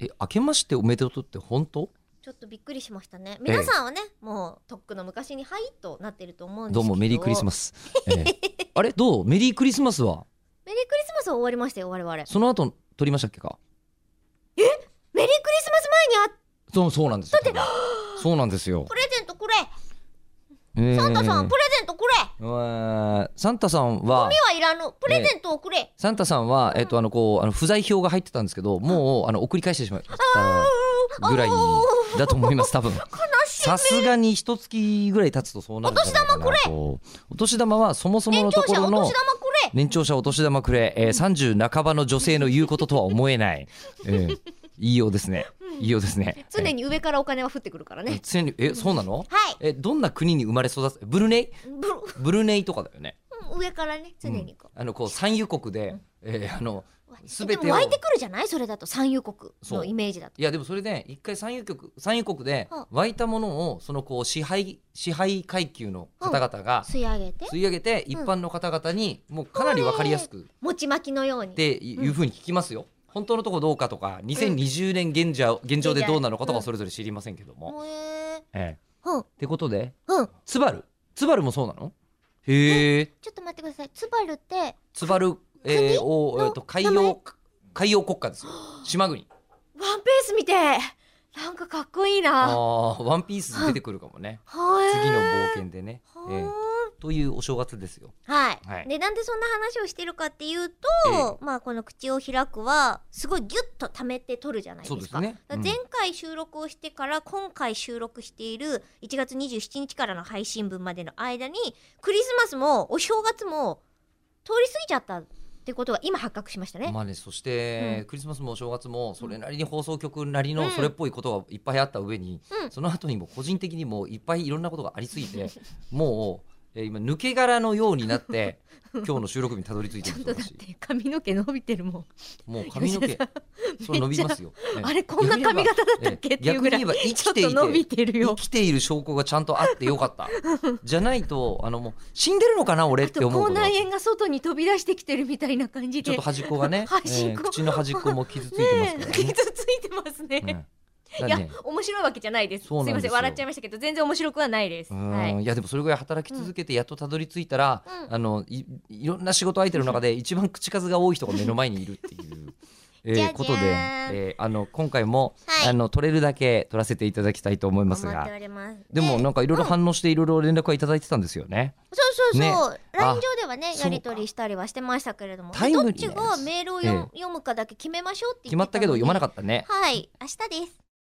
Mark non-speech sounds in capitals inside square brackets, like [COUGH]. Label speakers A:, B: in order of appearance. A: え明けましておめでとうって本当
B: ちょっとびっくりしましたね皆さんはね、もうとっくの昔に「はい」となってると思うんですけ
A: ど
B: ど
A: うもメリークリスマス、ええ
B: [LAUGHS]
A: あれどうメリークリスマスは
B: メリークリスマスは終わりましたよ我々メリーク
A: その後撮りましたっけか
B: リスマス前にあ
A: そうそうなんですよ多分そうなんですよ
B: プ、レゼントくれ
A: ええ
B: サンタさんプレゼントくれ
A: えーサンタさんは
B: ゴミはいらぬプレゼントをくれ、
A: サンタさんは、えっと、あの、こう、あの不在票が入ってたんですけど、もう、あの、送り返してしまったぐらいだと思います、多分。 [LAUGHS] さすがに一月ぐらい経つとそうなるんじゃないかなと。お年玉はそもそも
B: 年
A: のと
B: 長
A: こ
B: 者
A: ろ
B: お年
A: の
B: 玉くれ
A: 年長者お年玉くれ、えー、30半ばの女性の言うこととは思えない。えーいいようですね。いいようですね。
B: 常に上からお金は降ってくるから
A: えー。
B: ね
A: 常に、え、そうなの
B: はい
A: え、どんな国に生まれ育つブルネイ
B: ブロ
A: ブルネイとかだよね。
B: うん上からね常にこ
A: あの、こう、産油国で、えーあの、
B: う、
A: 全て
B: で
A: を
B: も湧いてくるじゃないそれだと産油国のイメージだと
A: いやでもそれで一回産油局産油国で
B: はあ
A: 湧いたものをそのこう支配支配階級の方々が
B: 吸い上げて
A: 吸い上げて一般の方々にもうかなりわかりやすくっ
B: 餅巻きのように
A: ていうふうに聞きますよ。本当のとこどうかとか2020年現状現状でどうなのかとか
B: うん
A: それぞれ知りませんけども。
B: ほえー
A: ええ
B: うん
A: ってことで
B: うん
A: ツバルツバルもそうなのへえ
B: ちょっと待ってくださいツバルって
A: ツバルえーを
B: の
A: えーと海
B: 名
A: 洋
B: 前
A: 海洋国家ですよ島国。
B: ワンピース見てなんかかっこいい
A: あ
B: な
A: あーワンピース出てくるかもね。
B: はえー
A: 次の冒険でね。ええ
B: は
A: というお正月ですよ。
B: ーはい、
A: はい
B: でなんでそんな話をしてるかっていうと、まあこの口を開くはすごいギュッと溜めて取るじゃないですか
A: そうですね
B: だから前回収録をしてから今回収録している1月27日からの配信分までの間にクリスマスもお正月も通り過ぎちゃったってことが今発覚しましたね、
A: まあね、そして、
B: う
A: クリスマスもお正月もそれなりに放送局なりの
B: うん
A: それっぽいことがいっぱいあった上に、
B: うん
A: その後にも個人的にもいっぱいいろんなことがありすぎて [LAUGHS] もう、えー今抜け殻のようになって
B: [LAUGHS]
A: 今日の収録日にたどり着いてる
B: ちょ
A: ん
B: っ
A: で
B: と
A: す
B: だっ
A: 私
B: て髪の毛伸びてるもん
A: もう髪の毛
B: [LAUGHS] 吉田
A: そう伸びますよ。ええ
B: あれこんな髪型だったっけ
A: ええ
B: っていうぐらい
A: 逆に言えば
B: ちょ
A: 生き
B: っ
A: てい
B: と
A: て
B: 伸びてるよ
A: 生きている証拠がちゃんとあってよか
B: [LAUGHS]
A: った。じゃないとあのもう死んでるのかな俺
B: あ
A: って思
B: と
A: うこと
B: 口
A: が
B: 内炎が外に飛び出してきてるみたいな感じ
A: ちょっ
B: で
A: と端っこがね
B: 端っこ
A: えー口の端っこも傷ついてます
B: ね
A: から
B: え
A: ね。
B: 傷ついてますね、
A: うんだ
B: い
A: ね
B: や面白いわけじゃないですす
A: そうな
B: み
A: ん
B: ま
A: です
B: せ
A: よ
B: ん笑っちゃいましたけど全然面白くはないです
A: う
B: は
A: ーん
B: い
A: いやでもそれぐらい働き続けてやっとたどり着いたら、
B: うん
A: あのいいろんな仕事相手の中
B: [LAUGHS]
A: で一番口数が多い人が目の前にいるっていう、え
B: じゃじゃー
A: ー、
B: ん
A: ことで、えー、あの今回も、
B: はい
A: あの取れるだけ取らせていただきたいと思います
B: 頑張って
A: が
B: おります
A: でもなんかいろいろ反応していろいろ連絡はいただいてたんですよね。
B: そうそうそう、
A: あ
B: LINE 上ではね
A: そうか
B: やり取りしたりはしてましたけれども
A: タ
B: で
A: イ
B: ど
A: ム
B: っ
A: リー
B: ち
A: なやつ
B: がメールを読,、
A: え
B: 読むかだけ決めましょうって言って
A: 決まったけど読まな
B: かっ
A: かったね。
B: たのではい明日です